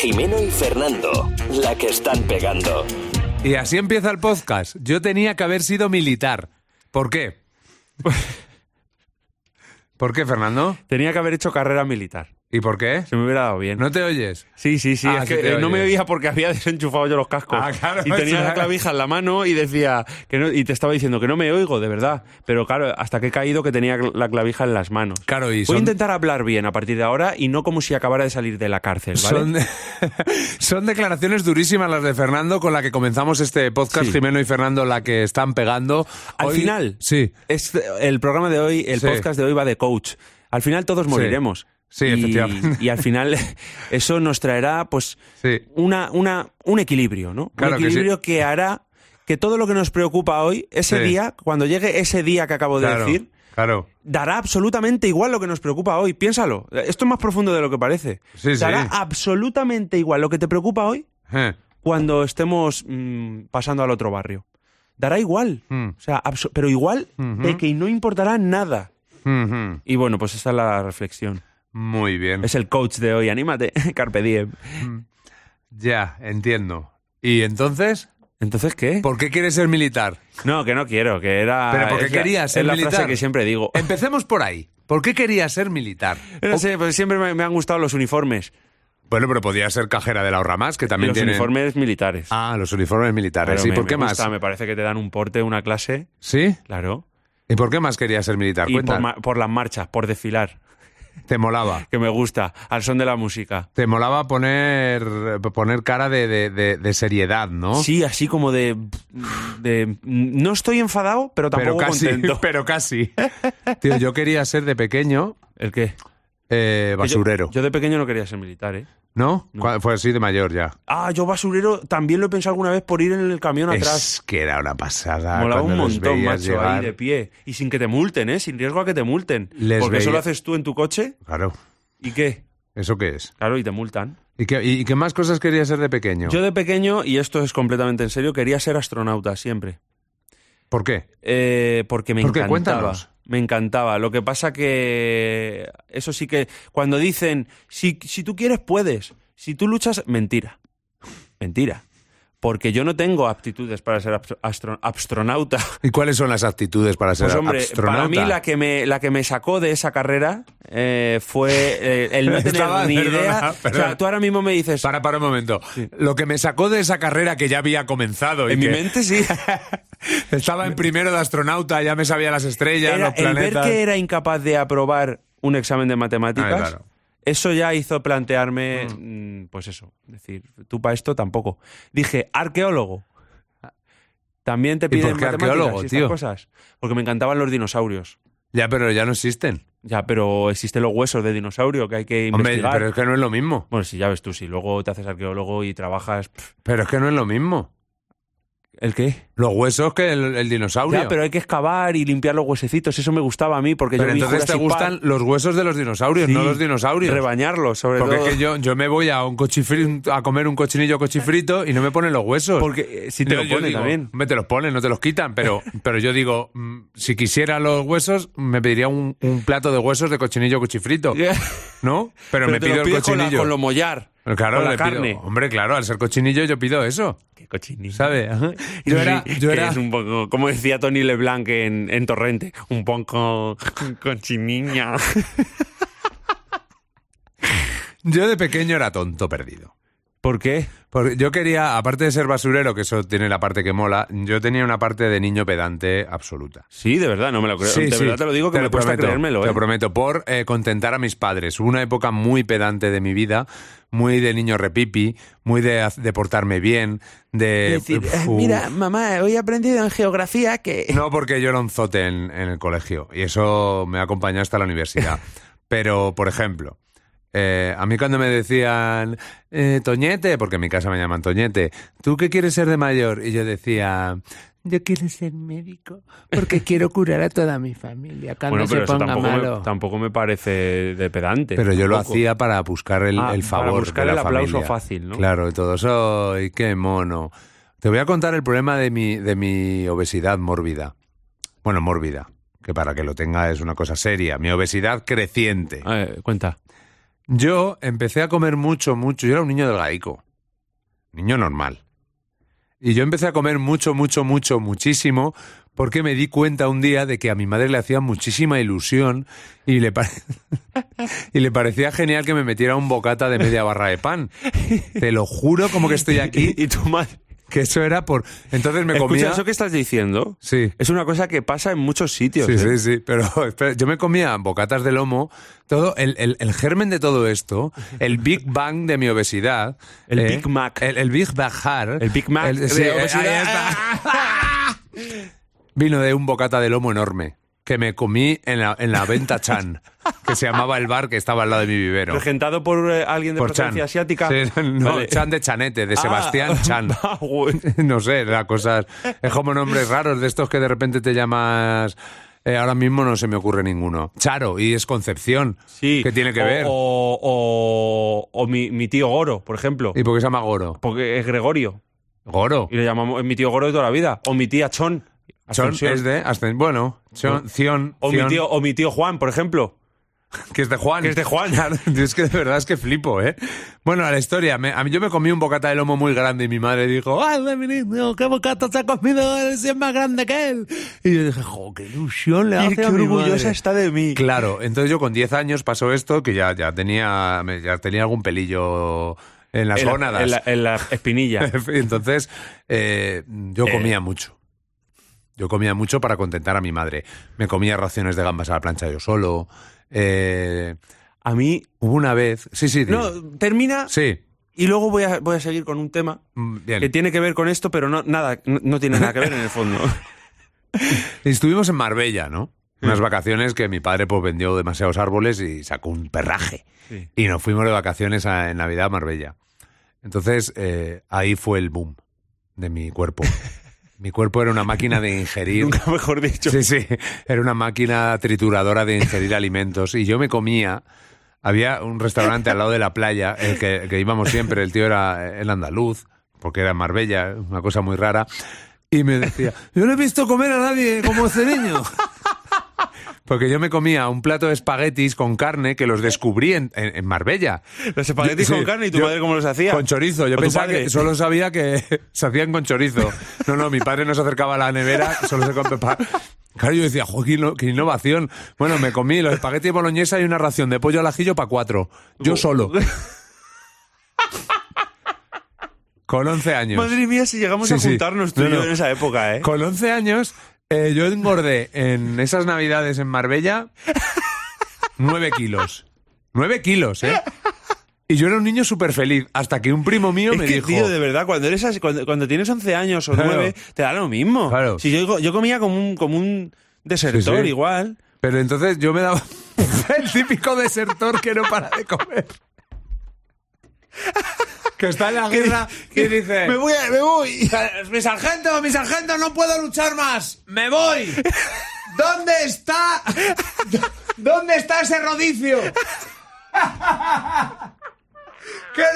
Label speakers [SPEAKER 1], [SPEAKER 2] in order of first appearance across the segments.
[SPEAKER 1] Jimeno y Fernando, la que están pegando.
[SPEAKER 2] Y así empieza el podcast. Yo tenía que haber sido militar. ¿Por qué? ¿Por qué, Fernando?
[SPEAKER 3] Tenía que haber hecho carrera militar.
[SPEAKER 2] ¿Y por qué?
[SPEAKER 3] Se me hubiera dado bien.
[SPEAKER 2] ¿No te oyes?
[SPEAKER 3] Sí, sí, sí.
[SPEAKER 2] Ah,
[SPEAKER 3] es
[SPEAKER 2] sí
[SPEAKER 3] que
[SPEAKER 2] te
[SPEAKER 3] eh, no me
[SPEAKER 2] oyes.
[SPEAKER 3] veía porque había desenchufado yo los cascos.
[SPEAKER 2] Ah, claro,
[SPEAKER 3] y tenía
[SPEAKER 2] sí.
[SPEAKER 3] la clavija en la mano y decía que no, y te estaba diciendo que no me oigo, de verdad. Pero claro, hasta que he caído que tenía cl- la clavija en las manos.
[SPEAKER 2] Claro, y
[SPEAKER 3] Voy a
[SPEAKER 2] son-
[SPEAKER 3] intentar hablar bien a partir de ahora y no como si acabara de salir de la cárcel, ¿vale?
[SPEAKER 2] Son, son declaraciones durísimas las de Fernando con la que comenzamos este podcast.
[SPEAKER 3] Sí.
[SPEAKER 2] Jimeno y Fernando, la que están pegando.
[SPEAKER 3] Al
[SPEAKER 2] Hoy-
[SPEAKER 3] final,
[SPEAKER 2] Sí.
[SPEAKER 3] es el programa de hoy, el
[SPEAKER 2] Sí.
[SPEAKER 3] podcast de hoy va de coach. Al final todos moriremos.
[SPEAKER 2] Sí,
[SPEAKER 3] Y-
[SPEAKER 2] efectivamente.
[SPEAKER 3] Y al final eso nos traerá, pues,
[SPEAKER 2] Sí.
[SPEAKER 3] una, una, un equilibrio, ¿no?
[SPEAKER 2] Claro
[SPEAKER 3] un
[SPEAKER 2] que sí.
[SPEAKER 3] equilibrio que, hará que todo lo que nos preocupa hoy, ese
[SPEAKER 2] Sí.
[SPEAKER 3] día, cuando llegue ese día que acabo de
[SPEAKER 2] Claro,
[SPEAKER 3] decir,
[SPEAKER 2] claro.
[SPEAKER 3] dará absolutamente igual lo que nos preocupa hoy. Piénsalo. Esto es más profundo de lo que parece.
[SPEAKER 2] Sí, sí.
[SPEAKER 3] dará absolutamente igual lo que te preocupa hoy
[SPEAKER 2] Eh.
[SPEAKER 3] cuando estemos mm, pasando al otro barrio. Dará igual.
[SPEAKER 2] Mm.
[SPEAKER 3] O sea, abso- pero igual de que no importará nada.
[SPEAKER 2] Ujú.
[SPEAKER 3] Y bueno, pues esta es la reflexión.
[SPEAKER 2] Muy bien.
[SPEAKER 3] Es el coach de hoy, anímate, Carpe Diem.
[SPEAKER 2] Ya, entiendo. ¿Y entonces?
[SPEAKER 3] Entonces, ¿qué?
[SPEAKER 2] ¿Por qué quieres ser militar?
[SPEAKER 3] No, que no quiero, que era...
[SPEAKER 2] Pero porque
[SPEAKER 3] Ah, es la-
[SPEAKER 2] querías ser
[SPEAKER 3] Es la
[SPEAKER 2] militar.
[SPEAKER 3] frase que siempre digo.
[SPEAKER 2] Empecemos por ahí. ¿Por qué querías ser militar?
[SPEAKER 3] No sé, pues siempre me, me han gustado los uniformes.
[SPEAKER 2] Bueno, pero podía ser cajera del ahorra más, que también
[SPEAKER 3] los
[SPEAKER 2] tienen-
[SPEAKER 3] uniformes militares.
[SPEAKER 2] Ah, los uniformes militares.
[SPEAKER 3] Claro,
[SPEAKER 2] ¿Y
[SPEAKER 3] me-
[SPEAKER 2] por qué
[SPEAKER 3] me
[SPEAKER 2] más?
[SPEAKER 3] gusta, me parece que te dan un porte, una clase,
[SPEAKER 2] ¿Sí?
[SPEAKER 3] claro.
[SPEAKER 2] ¿Y por qué más querías ser militar?
[SPEAKER 3] Y por,
[SPEAKER 2] Cuenta.
[SPEAKER 3] ma- por las marchas, por desfilar,
[SPEAKER 2] Te molaba.
[SPEAKER 3] que me gusta, al son de la música.
[SPEAKER 2] Te molaba poner, poner cara de, de- de- de seriedad, ¿no?
[SPEAKER 3] Sí, así como de, de- No estoy enfadado, pero
[SPEAKER 2] pero
[SPEAKER 3] tampoco
[SPEAKER 2] casi.
[SPEAKER 3] contento.
[SPEAKER 2] Pero casi. Tío, yo quería ser de pequeño
[SPEAKER 3] ¿El qué?
[SPEAKER 2] eh,
[SPEAKER 3] Que yo-
[SPEAKER 2] basurero.
[SPEAKER 3] Yo, de pequeño no quería ser militar, ¿eh?
[SPEAKER 2] ¿No? Cu- Fue así de mayor ya.
[SPEAKER 3] Ah, yo basurero también lo he pensado alguna vez por ir en el camión atrás.
[SPEAKER 2] Es que era una pasada.
[SPEAKER 3] Molaba
[SPEAKER 2] cuando
[SPEAKER 3] un
[SPEAKER 2] los
[SPEAKER 3] montón,
[SPEAKER 2] veías
[SPEAKER 3] macho,
[SPEAKER 2] llegar.
[SPEAKER 3] ahí de pie. Y sin que te multen, ¿eh? Sin riesgo a que te multen.
[SPEAKER 2] Les
[SPEAKER 3] Porque eso
[SPEAKER 2] veía-
[SPEAKER 3] lo haces tú en tu coche.
[SPEAKER 2] Claro.
[SPEAKER 3] ¿Y qué?
[SPEAKER 2] ¿Eso qué es?
[SPEAKER 3] Claro, y te multan.
[SPEAKER 2] ¿Y qué, y- y qué más cosas querías ser de pequeño?
[SPEAKER 3] Yo de pequeño, y esto es completamente en serio, quería ser astronauta siempre.
[SPEAKER 2] ¿Por qué?
[SPEAKER 3] Eh, porque me
[SPEAKER 2] ¿Por qué?
[SPEAKER 3] encantaba.
[SPEAKER 2] Cuéntanos.
[SPEAKER 3] Me encantaba. Lo que pasa que. Eso sí que. Cuando dicen, si, si tú quieres, puedes. Si tú luchas. Mentira. Mentira. Porque yo no tengo aptitudes para ser abstro- astro- astronauta.
[SPEAKER 2] ¿Y cuáles son las aptitudes para ser
[SPEAKER 3] Pues hombre,
[SPEAKER 2] astronauta?
[SPEAKER 3] para mí la que me, la que me sacó de esa carrera eh, fue eh, el no tener
[SPEAKER 2] Estaba-
[SPEAKER 3] ni
[SPEAKER 2] perdona,
[SPEAKER 3] idea. O
[SPEAKER 2] perdona.
[SPEAKER 3] sea, tú ahora mismo me dices,
[SPEAKER 2] Para, para un momento. Lo que me sacó de esa carrera que ya había comenzado y
[SPEAKER 3] en mi
[SPEAKER 2] que
[SPEAKER 3] mente sí.
[SPEAKER 2] estaba en primero de astronauta, ya me sabía las estrellas,
[SPEAKER 3] Era-
[SPEAKER 2] los
[SPEAKER 3] el ver
[SPEAKER 2] planetas.
[SPEAKER 3] que era incapaz de aprobar un examen de matemáticas,
[SPEAKER 2] Ah, claro.
[SPEAKER 3] eso ya hizo plantearme, mm, pues eso, decir, tú para esto tampoco. Dije, arqueólogo. También te
[SPEAKER 2] por
[SPEAKER 3] piden
[SPEAKER 2] qué
[SPEAKER 3] matemáticas
[SPEAKER 2] arqueólogo,
[SPEAKER 3] y estas
[SPEAKER 2] tío?
[SPEAKER 3] cosas. Porque me encantaban los dinosaurios.
[SPEAKER 2] Ya, pero ya no existen.
[SPEAKER 3] Ya, pero existen los huesos de dinosaurio que hay que
[SPEAKER 2] Hombre,
[SPEAKER 3] investigar.
[SPEAKER 2] pero es que no es lo mismo.
[SPEAKER 3] Bueno, si ya ves tú, si luego te haces arqueólogo y trabajas... pff,
[SPEAKER 2] Pero es que no es lo mismo.
[SPEAKER 3] ¿El qué?
[SPEAKER 2] Los huesos que el, el dinosaurio.
[SPEAKER 3] Ya, pero hay que excavar y limpiar los huesecitos. Eso me gustaba a mí porque
[SPEAKER 2] Pero
[SPEAKER 3] yo vi
[SPEAKER 2] entonces te
[SPEAKER 3] Jurassic Park.
[SPEAKER 2] gustan los huesos de los dinosaurios, no
[SPEAKER 3] Sí,
[SPEAKER 2] los dinosaurios.
[SPEAKER 3] Rebañarlos, sobre
[SPEAKER 2] Porque
[SPEAKER 3] todo.
[SPEAKER 2] es que yo, yo me voy a un cochifri- a comer un cochinillo cochifrito y no me ponen los huesos.
[SPEAKER 3] Porque eh, si te
[SPEAKER 2] Yo-
[SPEAKER 3] lo
[SPEAKER 2] yo
[SPEAKER 3] pone
[SPEAKER 2] digo,
[SPEAKER 3] también.
[SPEAKER 2] Me te los ponen, no te los quitan, pero, pero yo digo, mm, si quisiera los huesos, me pediría un, un plato de huesos de cochinillo cochifrito,
[SPEAKER 3] Ya.
[SPEAKER 2] ¿no? Pero, me
[SPEAKER 3] te
[SPEAKER 2] pido
[SPEAKER 3] lo
[SPEAKER 2] el
[SPEAKER 3] pides con la-
[SPEAKER 2] cochinillo.
[SPEAKER 3] Con, lo mollar.
[SPEAKER 2] Claro,
[SPEAKER 3] con la
[SPEAKER 2] le pido-
[SPEAKER 3] carne. Oh,
[SPEAKER 2] hombre, claro, al ser cochinillo yo pido eso,
[SPEAKER 3] Qué cochinillo.
[SPEAKER 2] ¿sabes? Yo era, yo
[SPEAKER 3] Que
[SPEAKER 2] era,
[SPEAKER 3] es un poco, como decía Tony LeBlanc en, en Torrente, un poco cochiniña.
[SPEAKER 2] yo de pequeño era tonto perdido.
[SPEAKER 3] ¿Por qué?
[SPEAKER 2] Porque yo quería, aparte de ser basurero, que eso tiene la parte que mola, yo tenía una parte de niño pedante absoluta.
[SPEAKER 3] Sí, de verdad, no me lo creo.
[SPEAKER 2] Sí,
[SPEAKER 3] de
[SPEAKER 2] sí.
[SPEAKER 3] verdad te lo digo que me cuesta creérmelo,
[SPEAKER 2] Te
[SPEAKER 3] ¿eh?
[SPEAKER 2] lo prometo, por eh, contentar a mis padres. Hubo una época muy pedante de mi vida, muy de niño repipi, muy de, haz- de portarme bien, de... eh, Uf.
[SPEAKER 3] mamá, hoy he aprendido en geografía que...
[SPEAKER 2] No, porque yo era un zote en, en el colegio y eso me acompañó hasta la universidad. Pero, por ejemplo, eh, a mí cuando me decían, eh, Toñete, porque en mi casa me llaman Toñete, ¿tú qué quieres ser de mayor? Y yo decía...
[SPEAKER 4] Yo quiero ser médico porque quiero curar a toda mi familia cuando
[SPEAKER 3] Bueno, pero
[SPEAKER 4] se
[SPEAKER 3] eso
[SPEAKER 4] ponga
[SPEAKER 3] tampoco
[SPEAKER 4] malo.
[SPEAKER 3] me, tampoco me parece de pedante.
[SPEAKER 2] Pero yo lo
[SPEAKER 3] tampoco.
[SPEAKER 2] hacía para buscar el,
[SPEAKER 3] Ah,
[SPEAKER 2] el favor.
[SPEAKER 3] para buscar
[SPEAKER 2] de la
[SPEAKER 3] el aplauso
[SPEAKER 2] familia.
[SPEAKER 3] fácil, ¿no?
[SPEAKER 2] Claro, y todo eso. ¡Ay, qué mono! Te voy a contar el problema de mi, de mi obesidad mórbida. Bueno, mórbida, que para que lo tenga es una cosa seria. Mi obesidad creciente.
[SPEAKER 3] A ver, cuenta.
[SPEAKER 2] Yo empecé a comer mucho, mucho. Yo era un niño delgadico. Niño normal. Y yo empecé a comer mucho, mucho, mucho, muchísimo, porque me di cuenta un día de que a mi madre le hacía muchísima ilusión y le, pare- y le parecía genial que me metiera un bocata de media barra de pan. Te lo juro como que estoy aquí,
[SPEAKER 3] Y, y tu madre.
[SPEAKER 2] que eso era por... Entonces me
[SPEAKER 3] Escucha
[SPEAKER 2] comía...
[SPEAKER 3] eso que estás diciendo.
[SPEAKER 2] Sí.
[SPEAKER 3] Es una cosa que pasa en muchos sitios.
[SPEAKER 2] Sí,
[SPEAKER 3] ¿eh?
[SPEAKER 2] sí, sí, pero espera, yo me comía bocatas de lomo, todo el, el- el germen de todo esto, el Big Bang de mi obesidad. ¿eh?
[SPEAKER 3] El Big Mac.
[SPEAKER 2] El, el Big Bajar.
[SPEAKER 3] El Big Mac de
[SPEAKER 2] sí, eh,
[SPEAKER 3] obesidad.
[SPEAKER 2] ahí está. Vino de un bocata de lomo enorme que me comí en la, en la Venta Chan, que se llamaba el bar que estaba al lado de mi vivero.
[SPEAKER 3] Regentado por eh, alguien de
[SPEAKER 2] Por Chan.
[SPEAKER 3] procedencia asiática.
[SPEAKER 2] Sí, no,
[SPEAKER 3] Vale.
[SPEAKER 2] Chan de Chanete, de
[SPEAKER 3] Ah,
[SPEAKER 2] Sebastián Chan.
[SPEAKER 3] ah, bueno.
[SPEAKER 2] no sé, las cosas. Es como nombres raros de estos que de repente te llamas. eh, ahora mismo no se me ocurre ninguno. Charo, y es Concepción.
[SPEAKER 3] Sí.
[SPEAKER 2] ¿Qué tiene que
[SPEAKER 3] O-
[SPEAKER 2] ver?
[SPEAKER 3] O, o- o mi, mi tío Goro, por ejemplo.
[SPEAKER 2] ¿Y por qué se llama Goro?
[SPEAKER 3] Porque es Gregorio.
[SPEAKER 2] Goro.
[SPEAKER 3] Y le llamamos es mi tío Goro de toda la vida. O mi tía Chon.
[SPEAKER 2] Chon
[SPEAKER 3] Ascensión.
[SPEAKER 2] es de. Ascen- bueno, Chon, Cion,
[SPEAKER 3] o, mi
[SPEAKER 2] Cion,
[SPEAKER 3] tío, o mi tío Juan, por ejemplo.
[SPEAKER 2] que es de Juan.
[SPEAKER 3] Que es de Juan.
[SPEAKER 2] es que de verdad es que flipo, ¿eh? Bueno, a la historia. me- a mí, yo me comí un bocata de lomo muy grande y mi madre dijo, ¡ay, Domingo, qué bocata se ha comido! Eres el más grande que él. Y yo dije, ¡jo, qué ilusión le hace a mi madre".
[SPEAKER 3] de mí.
[SPEAKER 2] Claro, entonces yo con 10 años pasó esto, que ya, ya, tenía, me- ya tenía algún pelillo en las
[SPEAKER 3] en, la-
[SPEAKER 2] gónadas.
[SPEAKER 3] en la, en la espinilla.
[SPEAKER 2] entonces eh, yo
[SPEAKER 3] Eh.
[SPEAKER 2] comía mucho. Yo comía mucho para contentar a mi madre. Me comía raciones de gambas a la plancha yo solo. Eh,
[SPEAKER 3] A mí.
[SPEAKER 2] hubo una vez... Sí, sí, dime.
[SPEAKER 3] No, termina
[SPEAKER 2] sí.
[SPEAKER 3] y luego voy a, voy a seguir con un tema
[SPEAKER 2] mm,
[SPEAKER 3] que
[SPEAKER 2] Bien.
[SPEAKER 3] tiene que ver con esto, pero no, nada, no, no tiene nada que ver en el fondo.
[SPEAKER 2] Estuvimos en Marbella, ¿no?
[SPEAKER 3] Mm.
[SPEAKER 2] Unas vacaciones que mi padre pues, vendió demasiados árboles y sacó un perraje.
[SPEAKER 3] Sí.
[SPEAKER 2] Y nos fuimos de vacaciones a- en Navidad a Marbella. Entonces, eh, ahí fue el boom de mi cuerpo. mi cuerpo era una máquina de ingerir.
[SPEAKER 3] Nunca mejor dicho.
[SPEAKER 2] Sí, sí. Era una máquina trituradora de ingerir alimentos. Y yo me comía. Había un restaurante al lado de la playa, el que, que íbamos siempre. El tío era el andaluz, porque era en Marbella, una cosa muy rara. Y me decía, yo no he visto comer a nadie como ese niño. Porque yo me comía un plato de espaguetis con carne que los descubrí en, en- en Marbella.
[SPEAKER 3] Los espaguetis
[SPEAKER 2] Yo-
[SPEAKER 3] con
[SPEAKER 2] sí,
[SPEAKER 3] carne y tu
[SPEAKER 2] yo-
[SPEAKER 3] madre cómo los hacía.
[SPEAKER 2] Con chorizo.
[SPEAKER 3] ¿O
[SPEAKER 2] Yo
[SPEAKER 3] tu
[SPEAKER 2] pensaba
[SPEAKER 3] padre?
[SPEAKER 2] que solo sabía que se hacían con chorizo. No, no, mi padre no se acercaba a la nevera, solo se compraba. Claro, yo decía, jo, qué, inno- qué innovación. Bueno, me comí los espaguetis boloñesa y una ración de pollo al ajillo para cuatro. Yo solo. Con 11 años.
[SPEAKER 3] Madre mía, si llegamos
[SPEAKER 2] Sí,
[SPEAKER 3] a
[SPEAKER 2] sí.
[SPEAKER 3] juntarnos tú y
[SPEAKER 2] No,
[SPEAKER 3] yo
[SPEAKER 2] no.
[SPEAKER 3] en esa época, ¿eh?
[SPEAKER 2] Con 11 años, eh, yo engordé en esas navidades en Marbella 9 kilos. 9 kilos, ¿eh? Y yo era un niño súper feliz, hasta que un primo mío
[SPEAKER 3] es
[SPEAKER 2] me
[SPEAKER 3] que,
[SPEAKER 2] dijo...
[SPEAKER 3] tío, de verdad, cuando eres así- cuando, cuando tienes 11 años o
[SPEAKER 2] Claro.
[SPEAKER 3] 9, te da lo mismo.
[SPEAKER 2] Claro.
[SPEAKER 3] Si yo, yo comía como un, como un desertor
[SPEAKER 2] Sí, sí.
[SPEAKER 3] igual.
[SPEAKER 2] Pero entonces yo me daba el típico desertor que no para de comer. Que está en la guerra y dice...
[SPEAKER 3] Me voy, a- me voy.
[SPEAKER 2] Mi sargento, mi sargento, no puedo luchar más. Me voy. ¿Dónde está? ¿Dónde está ese rodicio? Que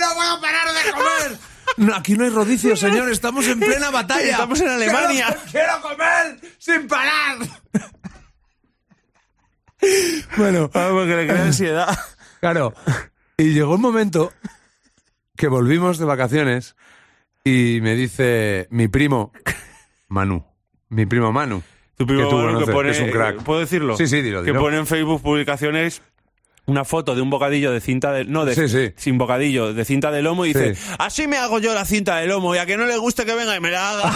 [SPEAKER 2] no voy a parar de comer. No, aquí no hay rodicio, señor. Estamos en plena batalla.
[SPEAKER 3] Estamos en Alemania.
[SPEAKER 2] Quiero, quiero comer sin parar. Bueno,
[SPEAKER 3] Ah, porque le crea ansiedad.
[SPEAKER 2] Claro. Y llegó un momento que volvimos de vacaciones y me dice mi primo Manu, mi primo Manu,
[SPEAKER 3] Tu primo
[SPEAKER 2] que tú
[SPEAKER 3] Manu
[SPEAKER 2] conoces,
[SPEAKER 3] que
[SPEAKER 2] que
[SPEAKER 3] pone, eh,
[SPEAKER 2] es un crack.
[SPEAKER 3] ¿Puedo decirlo?
[SPEAKER 2] Sí, sí, dilo, dilo.
[SPEAKER 3] Que pone en Facebook publicaciones una foto de un bocadillo de cinta de no de
[SPEAKER 2] Sí, sí.
[SPEAKER 3] sin bocadillo de cinta de lomo y dice
[SPEAKER 2] Sí.
[SPEAKER 3] así me hago yo la cinta de lomo y a que no le guste que venga y me la haga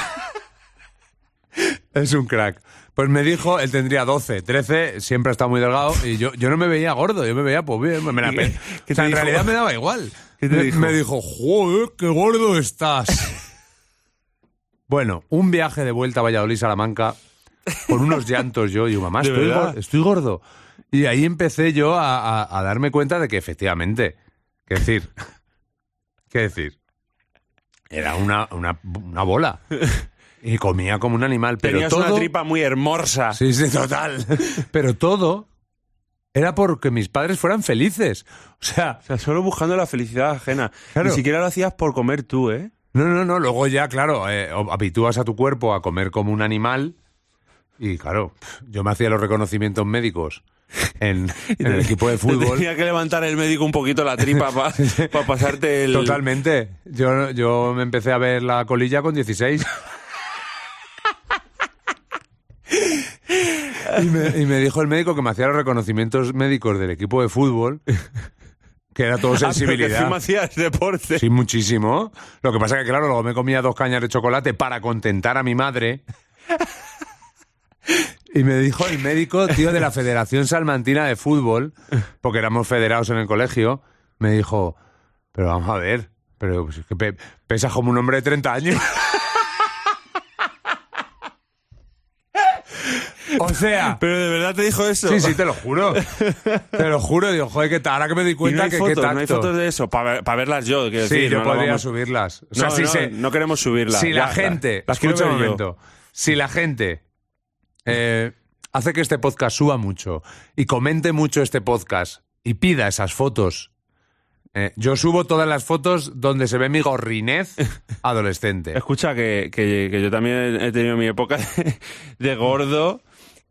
[SPEAKER 2] Es un crack. Pues me dijo, él tendría 12, 13, siempre ha estado muy delgado y yo, yo no me veía gordo, yo me veía pues bien, me la
[SPEAKER 3] ¿Y
[SPEAKER 2] pe-
[SPEAKER 3] qué- qué
[SPEAKER 2] O sea,
[SPEAKER 3] te
[SPEAKER 2] en
[SPEAKER 3] dijo?
[SPEAKER 2] realidad me daba igual.
[SPEAKER 3] ¿Qué te
[SPEAKER 2] me,
[SPEAKER 3] dijo?
[SPEAKER 2] me dijo, joder, qué gordo estás. bueno, un viaje de vuelta a Valladolid-Salamanca con unos llantos yo, digo, mamá,
[SPEAKER 3] ¿De
[SPEAKER 2] estoy,
[SPEAKER 3] verdad?
[SPEAKER 2] gor- estoy gordo. Y ahí empecé yo a, a- a darme cuenta de que efectivamente, qué decir, qué decir, era una, una, una bola. Y comía como un animal, pero
[SPEAKER 3] tenías
[SPEAKER 2] todo...
[SPEAKER 3] una tripa muy hermosa
[SPEAKER 2] Sí, sí, total. Pero todo era porque mis padres fueran felices. O sea,
[SPEAKER 3] o sea solo buscando la felicidad ajena
[SPEAKER 2] Claro.
[SPEAKER 3] ni siquiera lo hacías por comer tú eh
[SPEAKER 2] no, no, no. Luego ya, claro, eh, o- habitúas a tu cuerpo a comer como un animal. Y claro, yo me hacía los reconocimientos médicos en, en el equipo de
[SPEAKER 3] Te
[SPEAKER 2] fútbol.
[SPEAKER 3] tenía que levantar el médico un poquito la tripa para pasarte el... Ah,
[SPEAKER 2] Totalmente. Yo, yo me empecé a ver la colilla con 16. Y me, y me dijo el médico que me hacía los reconocimientos médicos del equipo de fútbol, que era todo
[SPEAKER 3] Ah, pero que
[SPEAKER 2] sensibilidad.
[SPEAKER 3] encima hacías deporte.
[SPEAKER 2] Sí, muchísimo. Lo que pasa que, claro, luego me comía dos cañas de chocolate para contentar a mi madre. Y me dijo el médico, tío, de la Federación Salmantina de Fútbol, porque éramos federados en el colegio, me dijo, pero vamos a ver, pero pues, es que pe- pesas como un hombre de 30 años. O sea,
[SPEAKER 3] Pero de verdad te dijo eso.
[SPEAKER 2] sí, sí, te lo juro. Te lo juro, digo, joder, qué tal, ahora que me di
[SPEAKER 3] Y no
[SPEAKER 2] cuenta
[SPEAKER 3] hay
[SPEAKER 2] que qué
[SPEAKER 3] fotos, no hay
[SPEAKER 2] tacto.
[SPEAKER 3] fotos de eso. Para verlas yo, quiero
[SPEAKER 2] Sí,
[SPEAKER 3] decir,
[SPEAKER 2] yo
[SPEAKER 3] no lo
[SPEAKER 2] podría
[SPEAKER 3] vamos-
[SPEAKER 2] subirlas. O sea,
[SPEAKER 3] No,
[SPEAKER 2] si
[SPEAKER 3] no,
[SPEAKER 2] se-
[SPEAKER 3] no queremos subirlas.
[SPEAKER 2] si la
[SPEAKER 3] ya,
[SPEAKER 2] gente,
[SPEAKER 3] las quiero
[SPEAKER 2] escucha un
[SPEAKER 3] ver yo.
[SPEAKER 2] momento, si la gente eh, hace que este podcast suba mucho y comente mucho este podcast y pida esas fotos, eh, yo subo todas las fotos donde se ve mi gorrinez adolescente.
[SPEAKER 3] Escucha, que, que- que yo también he tenido mi época de, de gordo,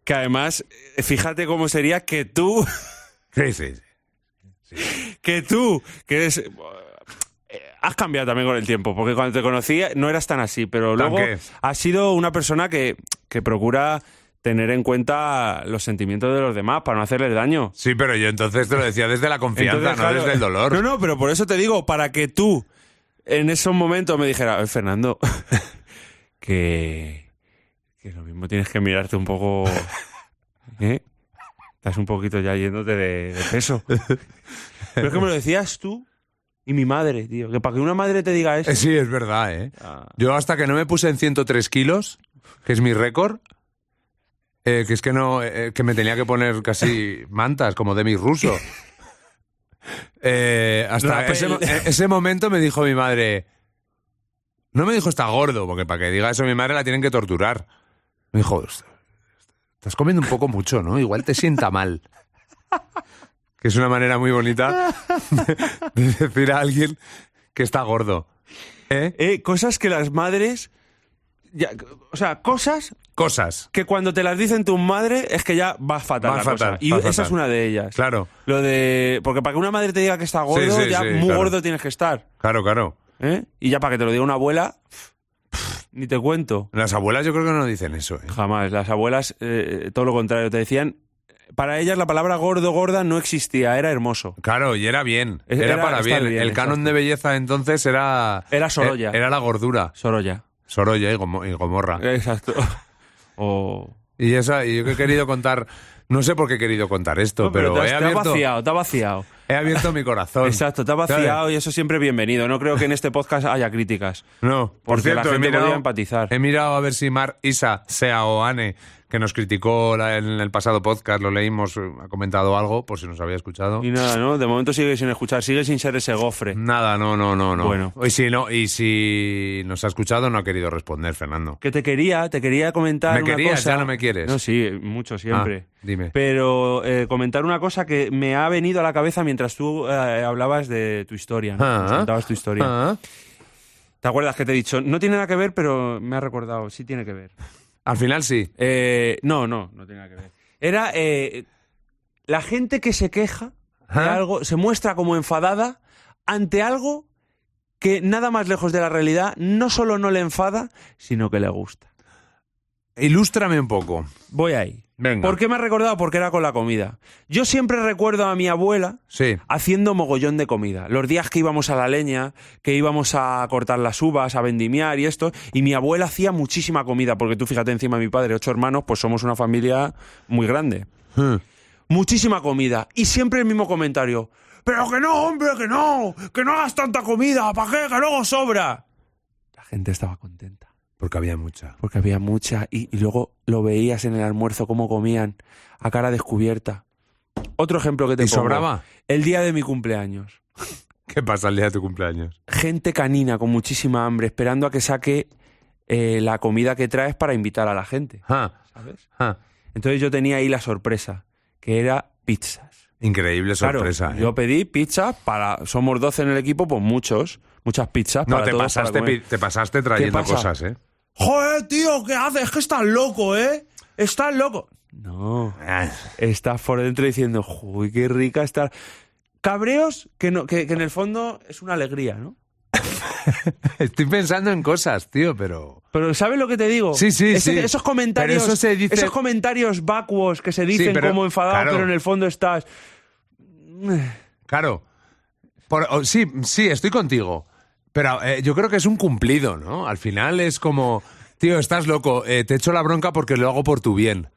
[SPEAKER 3] que además, eh, fíjate cómo sería que tú,
[SPEAKER 2] Sí, sí, sí.
[SPEAKER 3] que tú, que eres... eh, Has cambiado también con el tiempo, porque cuando te conocí no eras tan así, pero
[SPEAKER 2] ¿Tan
[SPEAKER 3] luego
[SPEAKER 2] qué?
[SPEAKER 3] has sido una persona que, que procura tener en cuenta los sentimientos de los demás para no hacerles daño.
[SPEAKER 2] Sí, pero yo entonces te lo decía desde la confianza,
[SPEAKER 3] Entonces,
[SPEAKER 2] no
[SPEAKER 3] claro,
[SPEAKER 2] desde el dolor.
[SPEAKER 3] No, no, pero por eso te digo, para que tú en esos momentos me dijeras, "Oye, Fernando, que, que lo mismo tienes que mirarte un poco. ¿eh? Estás un poquito ya yéndote de, de peso. Pero es que me lo decías tú y mi madre, tío. Que para que una madre te diga eso.
[SPEAKER 2] Eh, Sí, es verdad, ¿eh?
[SPEAKER 3] Ah.
[SPEAKER 2] Yo hasta que no me puse en 103 kilos, que es mi récord, eh, que es que no, eh, que me tenía que poner casi mantas como Demi Russo. Eh, hasta
[SPEAKER 3] Rapel.
[SPEAKER 2] ese, mo- eh, ese momento me dijo mi madre, no me dijo está gordo, porque para que diga eso mi madre la tienen que torturar. Me dijo, "Est- estás comiendo un poco mucho, ¿no? Igual te sienta mal. Que es una manera muy bonita de decir a alguien que está gordo. ¿Eh?
[SPEAKER 3] Eh, cosas que las madres. ya- o sea, cosas
[SPEAKER 2] Cosas.
[SPEAKER 3] que cuando te las dicen tus madres es que ya va fatal
[SPEAKER 2] Va
[SPEAKER 3] la
[SPEAKER 2] fatal,
[SPEAKER 3] cosa. Y
[SPEAKER 2] va
[SPEAKER 3] esa
[SPEAKER 2] fatal.
[SPEAKER 3] es una de ellas.
[SPEAKER 2] Claro,
[SPEAKER 3] Lo de. Porque para que una madre te diga que está gordo,
[SPEAKER 2] Sí, sí,
[SPEAKER 3] ya
[SPEAKER 2] sí,
[SPEAKER 3] muy
[SPEAKER 2] claro.
[SPEAKER 3] gordo tienes que estar.
[SPEAKER 2] claro, claro.
[SPEAKER 3] ¿eh? Y ya para que te lo diga una abuela, pff, ni te cuento.
[SPEAKER 2] Las abuelas yo creo que no dicen eso. ¿eh?
[SPEAKER 3] Jamás. Las abuelas, eh, todo lo contrario, te decían. Para ellas la palabra gordo, gorda no existía, era hermoso.
[SPEAKER 2] Claro, y era bien.
[SPEAKER 3] Es-
[SPEAKER 2] Era,
[SPEAKER 3] era
[SPEAKER 2] para
[SPEAKER 3] estar
[SPEAKER 2] bien.
[SPEAKER 3] bien,
[SPEAKER 2] El canon
[SPEAKER 3] exacto.
[SPEAKER 2] de belleza entonces era...
[SPEAKER 3] Era Sorolla.
[SPEAKER 2] e- Era la gordura.
[SPEAKER 3] Sorolla.
[SPEAKER 2] Sorolla y, Gomo- y Gomorra.
[SPEAKER 3] Exacto. O.
[SPEAKER 2] Y esa, y yo que he querido contar... No sé por qué he querido contar esto,
[SPEAKER 3] No,
[SPEAKER 2] pero, eh,
[SPEAKER 3] te,
[SPEAKER 2] he,
[SPEAKER 3] has- te ha
[SPEAKER 2] abierto,
[SPEAKER 3] vaciado, te ha vaciado.
[SPEAKER 2] he abierto mi corazón.
[SPEAKER 3] Exacto, te ha
[SPEAKER 2] ¿Sabes?
[SPEAKER 3] vaciado y eso siempre bienvenido. No creo que en este podcast haya críticas.
[SPEAKER 2] No, por
[SPEAKER 3] Porque la
[SPEAKER 2] cierto, he
[SPEAKER 3] gente podía
[SPEAKER 2] mirado, Eh,
[SPEAKER 3] empatizar.
[SPEAKER 2] he mirado a ver si Mar Isa, sea o Ane, que nos criticó la- en el pasado podcast, lo leímos, eh, ha comentado algo, por si nos había escuchado.
[SPEAKER 3] Y nada, ¿no? De momento sigue sin escuchar, sigue sin ser ese gofre.
[SPEAKER 2] Nada, no, no, no, no.
[SPEAKER 3] Bueno.
[SPEAKER 2] Y si no, y si nos ha escuchado, no ha querido responder, Fernando.
[SPEAKER 3] Que te quería, te quería comentar
[SPEAKER 2] Me
[SPEAKER 3] una
[SPEAKER 2] querías,
[SPEAKER 3] cosa.
[SPEAKER 2] ya no me quieres.
[SPEAKER 3] No, sí, mucho, siempre.
[SPEAKER 2] Ah, dime.
[SPEAKER 3] Pero eh, comentar una cosa que me ha venido a la cabeza mientras tú eh, hablabas de tu historia, ¿no?
[SPEAKER 2] Ah.
[SPEAKER 3] Nos contabas tu historia.
[SPEAKER 2] Ah.
[SPEAKER 3] ¿Te acuerdas que te he dicho? No tiene nada que ver, pero me ha recordado, sí tiene que ver.
[SPEAKER 2] Al final sí.
[SPEAKER 3] Eh, no, no, no tiene nada que ver. Era eh, la gente que se queja de
[SPEAKER 2] Ah.
[SPEAKER 3] algo, se muestra como enfadada ante algo que nada más lejos de la realidad no solo no le enfada, sino que le gusta.
[SPEAKER 2] Ilústrame un poco.
[SPEAKER 3] Voy ahí.
[SPEAKER 2] Venga.
[SPEAKER 3] ¿Por qué me ha recordado? Porque era con la comida. Yo siempre recuerdo a mi abuela
[SPEAKER 2] Sí.
[SPEAKER 3] haciendo mogollón de comida. Los días que íbamos a la leña, que íbamos a cortar las uvas, a vendimiar y esto, y mi abuela hacía muchísima comida, porque tú fíjate encima mi padre, ocho hermanos, pues somos una familia muy grande.
[SPEAKER 2] Hmm.
[SPEAKER 3] Muchísima comida. Y siempre el mismo comentario. Pero que no, hombre, que no, que no hagas tanta comida, ¿para qué? Que luego sobra. La gente estaba contenta.
[SPEAKER 2] Porque había mucha.
[SPEAKER 3] Porque había mucha. Y, y luego lo veías en el almuerzo, cómo comían, a cara descubierta. Otro ejemplo que te
[SPEAKER 2] ¿Y
[SPEAKER 3] pongo.
[SPEAKER 2] sobraba?
[SPEAKER 3] El día de mi cumpleaños.
[SPEAKER 2] ¿Qué pasa el día de tu cumpleaños?
[SPEAKER 3] Gente canina con muchísima hambre, esperando a que saque eh, la comida que traes para invitar a la gente.
[SPEAKER 2] Ah,
[SPEAKER 3] ¿Sabes?
[SPEAKER 2] ah.
[SPEAKER 3] Entonces yo tenía ahí la sorpresa, que era pizzas.
[SPEAKER 2] Increíble
[SPEAKER 3] Claro,
[SPEAKER 2] sorpresa. ¿eh?
[SPEAKER 3] yo pedí pizzas para. Somos 12 en el equipo, pues muchos. Muchas pizzas
[SPEAKER 2] no,
[SPEAKER 3] para
[SPEAKER 2] te
[SPEAKER 3] todos,
[SPEAKER 2] pasaste,
[SPEAKER 3] para comer.
[SPEAKER 2] pi- te pasaste trayendo
[SPEAKER 3] pasa?
[SPEAKER 2] cosas, ¿eh?
[SPEAKER 3] Joder, tío, ¿qué haces? Es que estás loco, ¿eh? Estás loco. No. Estás por dentro diciendo, uy, qué rica estar. Cabreos que, no, que, que en el fondo es una alegría, ¿no?
[SPEAKER 2] Estoy pensando en cosas, tío, pero...
[SPEAKER 3] Pero ¿sabes lo que te digo?
[SPEAKER 2] Sí, sí, sí.
[SPEAKER 3] Esos comentarios,
[SPEAKER 2] Pero eso se dice-
[SPEAKER 3] esos comentarios vacuos que se dicen
[SPEAKER 2] pero-
[SPEAKER 3] como enfadado,
[SPEAKER 2] claro.
[SPEAKER 3] pero en el fondo estás.
[SPEAKER 2] Claro. Por- o- sí, sí, estoy contigo. Pero eh, yo creo que es un cumplido, ¿no? Al final es como, tío, estás loco, eh, te echo la bronca porque lo hago por tu bien,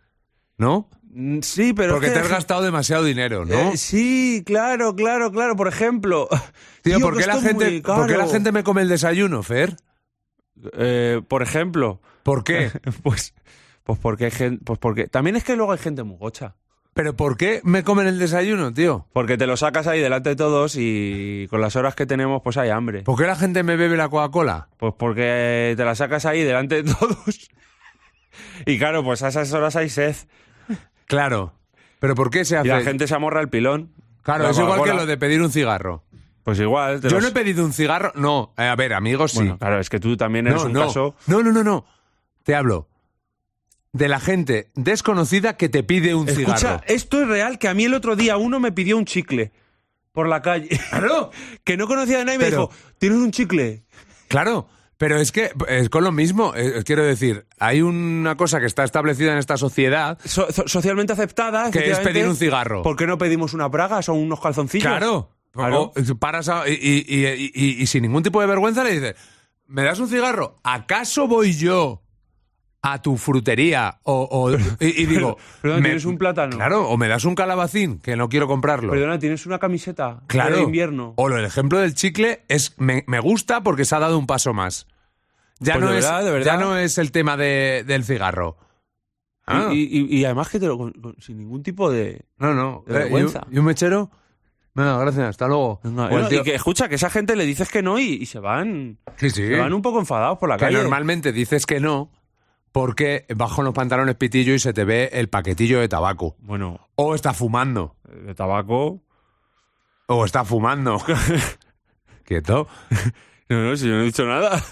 [SPEAKER 2] ¿no?
[SPEAKER 3] "Mm, Sí, pero.
[SPEAKER 2] porque
[SPEAKER 3] es que-
[SPEAKER 2] te has gastado demasiado dinero, ¿no?
[SPEAKER 3] Eh, sí, claro, claro, claro. Por ejemplo.
[SPEAKER 2] tío,
[SPEAKER 3] tío,
[SPEAKER 2] ¿por,
[SPEAKER 3] que
[SPEAKER 2] qué la
[SPEAKER 3] esto es muy
[SPEAKER 2] gente, ¿por qué la
[SPEAKER 3] caro.
[SPEAKER 2] gente me come el desayuno, Fer?
[SPEAKER 3] Eh, por ejemplo.
[SPEAKER 2] ¿Por qué?
[SPEAKER 3] pues, pues porque hay gente. Pues porque. También es que luego hay gente muy gocha.
[SPEAKER 2] ¿Pero por qué me comen el desayuno, tío?
[SPEAKER 3] Porque te lo sacas ahí delante de todos y con las horas que tenemos, pues hay hambre.
[SPEAKER 2] ¿Por qué la gente me bebe la Coca-Cola?
[SPEAKER 3] Pues porque te la sacas ahí delante de todos. Y claro, pues a esas horas hay sed.
[SPEAKER 2] Claro. ¿Pero por qué se hace?
[SPEAKER 3] Y la gente se amorra el pilón.
[SPEAKER 2] Claro,
[SPEAKER 3] La
[SPEAKER 2] es igual que
[SPEAKER 3] Coca-Cola.
[SPEAKER 2] lo de pedir un cigarro.
[SPEAKER 3] Pues igual. te
[SPEAKER 2] Yo
[SPEAKER 3] los-
[SPEAKER 2] no he pedido un cigarro. No, eh, a ver, amigos, sí.
[SPEAKER 3] Bueno, claro, es que tú también eres un
[SPEAKER 2] no.
[SPEAKER 3] caso.
[SPEAKER 2] No, no, no, no. Te hablo de la gente desconocida que te pide un cigarro.
[SPEAKER 3] Escucha, eh. esto es real, que a mí el otro día uno me pidió un chicle por la calle.
[SPEAKER 2] Claro,
[SPEAKER 3] que no conocía a nadie y me
[SPEAKER 2] Pero-
[SPEAKER 3] dijo, ¿tienes un chicle?
[SPEAKER 2] claro. Pero es que es con lo mismo, eh, quiero decir, hay una cosa que está establecida en esta sociedad.
[SPEAKER 3] So- so- socialmente aceptada.
[SPEAKER 2] Que es
[SPEAKER 3] efectivamente.
[SPEAKER 2] pedir un cigarro.
[SPEAKER 3] ¿Por qué no pedimos una praga? Son unos calzoncillos.
[SPEAKER 2] Claro.
[SPEAKER 3] Claro.
[SPEAKER 2] O- eh, paras a- y, y- y- y- y sin ningún tipo de vergüenza le dices, ¿me das un cigarro? ¿Acaso voy yo a tu frutería? O, o- y, y digo,
[SPEAKER 3] Perdona,
[SPEAKER 2] me-
[SPEAKER 3] ¿tienes un plátano?
[SPEAKER 2] Claro, o me das un calabacín, que no quiero comprarlo.
[SPEAKER 3] Perdona, ¿tienes una camiseta
[SPEAKER 2] Claro.
[SPEAKER 3] de invierno?
[SPEAKER 2] O lo- el ejemplo del chicle es me, me gusta porque se ha dado un paso más. Ya,
[SPEAKER 3] Pues
[SPEAKER 2] no,
[SPEAKER 3] de
[SPEAKER 2] es,
[SPEAKER 3] verdad, de
[SPEAKER 2] ya
[SPEAKER 3] verdad.
[SPEAKER 2] no es el tema de- del cigarro. Ah,
[SPEAKER 3] Y, y- y además que te lo... con- con- sin ningún tipo de...
[SPEAKER 2] no, no.
[SPEAKER 3] de
[SPEAKER 2] Eh, ¿y un-
[SPEAKER 3] vergüenza.
[SPEAKER 2] ¿Y, un mechero? Venga, gracias, hasta luego.
[SPEAKER 3] Venga,
[SPEAKER 2] O el
[SPEAKER 3] no,
[SPEAKER 2] tío-
[SPEAKER 3] y que escucha, que esa gente le dices que no y, y se van...
[SPEAKER 2] Sí, sí.
[SPEAKER 3] Se van un poco enfadados por la
[SPEAKER 2] Que
[SPEAKER 3] calle.
[SPEAKER 2] normalmente dices que no porque bajo los pantalones pitillo y se te ve el paquetillo de tabaco.
[SPEAKER 3] Bueno,
[SPEAKER 2] O está fumando.
[SPEAKER 3] de tabaco...
[SPEAKER 2] O está fumando. Quieto.
[SPEAKER 3] No, no, si yo no he dicho nada.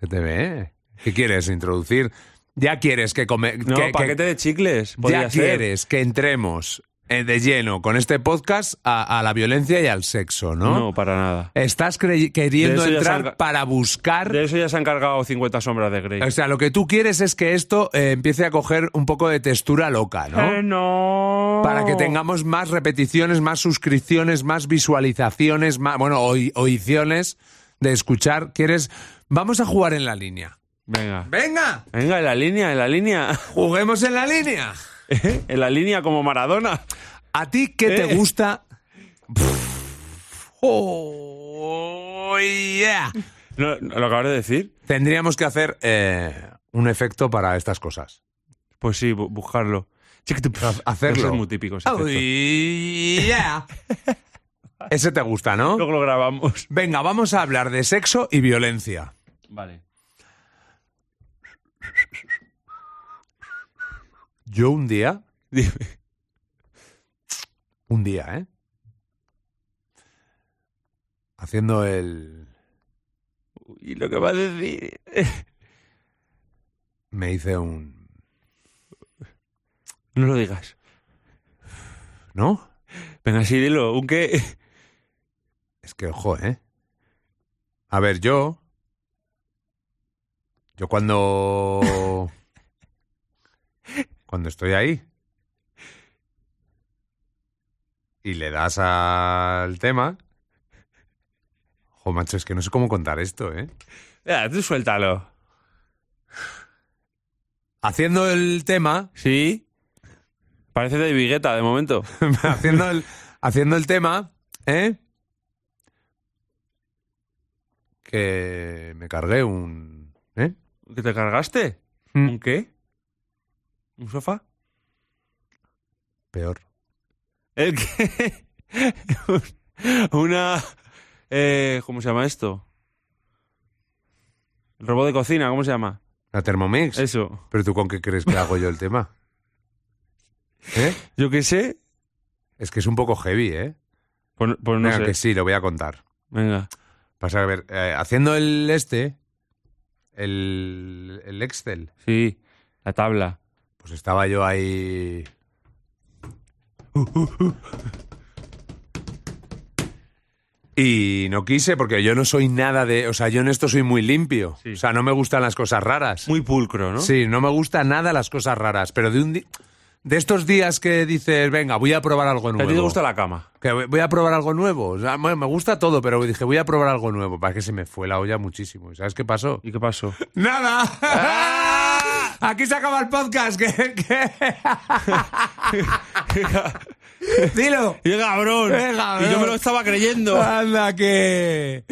[SPEAKER 2] Se te ve. ¿Qué quieres introducir? Ya quieres que come.
[SPEAKER 3] No,
[SPEAKER 2] que- que-
[SPEAKER 3] paquete de chicles. podría
[SPEAKER 2] ya
[SPEAKER 3] ser.
[SPEAKER 2] quieres que entremos eh, de lleno con este podcast a, a la violencia y al sexo, ¿no?
[SPEAKER 3] ¿No? para nada.
[SPEAKER 2] Estás crey- queriendo
[SPEAKER 3] De eso ya
[SPEAKER 2] entrar
[SPEAKER 3] salga-
[SPEAKER 2] para buscar.
[SPEAKER 3] De eso ya se han cargado 50 sombras de Grey.
[SPEAKER 2] O sea, lo que tú quieres es que esto eh, empiece a coger un poco de textura loca, ¿no?
[SPEAKER 3] Eh, no.
[SPEAKER 2] Para que tengamos más repeticiones, más suscripciones, más visualizaciones, más, bueno, oi- oiciones de escuchar. ¿Quieres? Vamos a jugar en la línea.
[SPEAKER 3] Venga.
[SPEAKER 2] ¡Venga!
[SPEAKER 3] Venga, en la línea, en la línea. ¿Eh?
[SPEAKER 2] ¡Juguemos en la línea!
[SPEAKER 3] en la línea como Maradona.
[SPEAKER 2] ¿A ti qué te
[SPEAKER 3] Eh.
[SPEAKER 2] gusta? Pff, oh, yeah.
[SPEAKER 3] No, no, ¿Lo acabas de decir?
[SPEAKER 2] Tendríamos que hacer eh, un efecto para estas cosas.
[SPEAKER 3] Pues sí, bu- buscarlo. Chiquitú, pf,
[SPEAKER 2] hacerlo.
[SPEAKER 3] Eso es muy típico. ese
[SPEAKER 2] Oh,
[SPEAKER 3] efecto.
[SPEAKER 2] yeah. Ese te gusta, ¿no?
[SPEAKER 3] Luego lo grabamos.
[SPEAKER 2] Venga, vamos a hablar de sexo y violencia.
[SPEAKER 3] Vale.
[SPEAKER 2] Yo un día,
[SPEAKER 3] Dime.
[SPEAKER 2] un día, ¿eh? Haciendo el...
[SPEAKER 3] Y lo que va a decir.
[SPEAKER 2] Me hice un...
[SPEAKER 3] No lo digas.
[SPEAKER 2] ¿No?
[SPEAKER 3] Venga, sí, dilo. ¿Un qué?
[SPEAKER 2] Es que, ojo, ¿eh? A ver, yo... Yo cuando... cuando estoy ahí... Y le das al tema... Ojo, macho, es que no sé cómo contar esto, ¿eh?
[SPEAKER 3] Ya, tú suéltalo.
[SPEAKER 2] Haciendo el tema...
[SPEAKER 3] ¿Sí? Parece de Vigueta, de momento.
[SPEAKER 2] haciendo, el, haciendo el tema, ¿eh? Que me cargué un. ¿Eh?
[SPEAKER 3] ¿Que te cargaste?
[SPEAKER 2] Mm.
[SPEAKER 3] ¿Un qué? ¿Un sofá?
[SPEAKER 2] Peor.
[SPEAKER 3] ¿El qué? Una... eh, ¿Cómo se llama esto? El robot de cocina, ¿cómo se llama?
[SPEAKER 2] La Thermomix.
[SPEAKER 3] Eso.
[SPEAKER 2] Pero tú con qué crees que hago yo el tema? ¿Eh?
[SPEAKER 3] Yo qué sé.
[SPEAKER 2] Es que es un poco heavy, ¿eh?
[SPEAKER 3] Pues, pues no
[SPEAKER 2] Venga, que
[SPEAKER 3] sé.
[SPEAKER 2] sí, lo voy a contar.
[SPEAKER 3] Venga.
[SPEAKER 2] Pasa a ver, eh, haciendo el este, el, el Excel,
[SPEAKER 3] Sí. La tabla.
[SPEAKER 2] Pues estaba yo ahí. Y no quise porque yo no soy nada de. O sea, yo en esto soy muy limpio.
[SPEAKER 3] Sí.
[SPEAKER 2] O sea, no me gustan las cosas raras.
[SPEAKER 3] Muy pulcro, ¿no?
[SPEAKER 2] Sí, no me gustan nada las cosas raras. Pero de un di- de estos días que dices, venga, voy a probar algo
[SPEAKER 3] Que
[SPEAKER 2] nuevo.
[SPEAKER 3] a ti te gusta la cama.
[SPEAKER 2] Que voy- voy a probar algo nuevo. O sea, bueno, me gusta todo, pero dije, voy a probar algo nuevo. Para que se me fue la olla muchísimo. ¿Y ¿Sabes qué pasó?
[SPEAKER 3] ¿Y qué pasó?
[SPEAKER 2] ¡Nada! Aquí se acaba el podcast. ¿Qué? qué? Dilo.
[SPEAKER 3] ¡Qué cabrón!
[SPEAKER 2] ¡Qué cabrón!
[SPEAKER 3] Y yo me lo estaba creyendo.
[SPEAKER 2] Anda, que.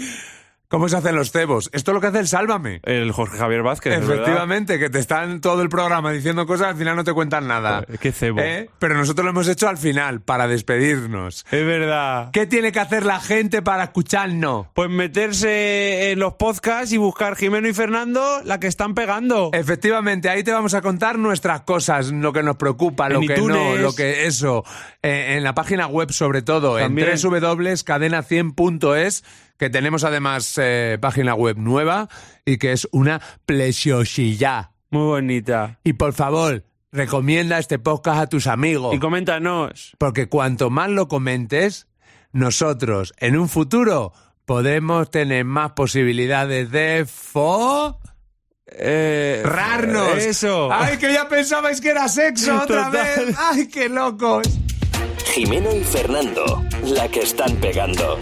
[SPEAKER 2] ¿Cómo se hacen los cebos? Esto es lo que hace el Sálvame.
[SPEAKER 3] El Jorge Javier Vázquez. ¿verdad?
[SPEAKER 2] Efectivamente, que te están todo el programa diciendo cosas, al final no te cuentan nada.
[SPEAKER 3] Joder, qué cebo.
[SPEAKER 2] ¿Eh? Pero nosotros lo hemos hecho al final, para despedirnos.
[SPEAKER 3] Es verdad.
[SPEAKER 2] ¿Qué tiene que hacer la gente para escucharnos?
[SPEAKER 3] Pues meterse en los podcasts y buscar Jimeno y Fernando, la que están pegando.
[SPEAKER 2] Eh. Efectivamente, ahí te vamos a contar nuestras cosas, lo que nos preocupa, lo
[SPEAKER 3] En
[SPEAKER 2] que no,
[SPEAKER 3] iTunes.
[SPEAKER 2] lo que eso. Eh, en la página web, sobre todo,
[SPEAKER 3] También.
[SPEAKER 2] en www.cadena100.es, que tenemos además eh, página web nueva y que es una plesiosidad.
[SPEAKER 3] Muy bonita.
[SPEAKER 2] Y por favor, recomienda este podcast a tus amigos.
[SPEAKER 3] Y coméntanos.
[SPEAKER 2] Porque cuanto más lo comentes, nosotros en un futuro podemos tener más posibilidades de fo...
[SPEAKER 3] Eh,
[SPEAKER 2] ¡Rarnos!
[SPEAKER 3] Eso.
[SPEAKER 2] ¡Ay, que ya pensabais que era sexo otra
[SPEAKER 3] Total.
[SPEAKER 2] vez! ¡Ay, qué locos!
[SPEAKER 1] Jimeno y Fernando, la que están pegando.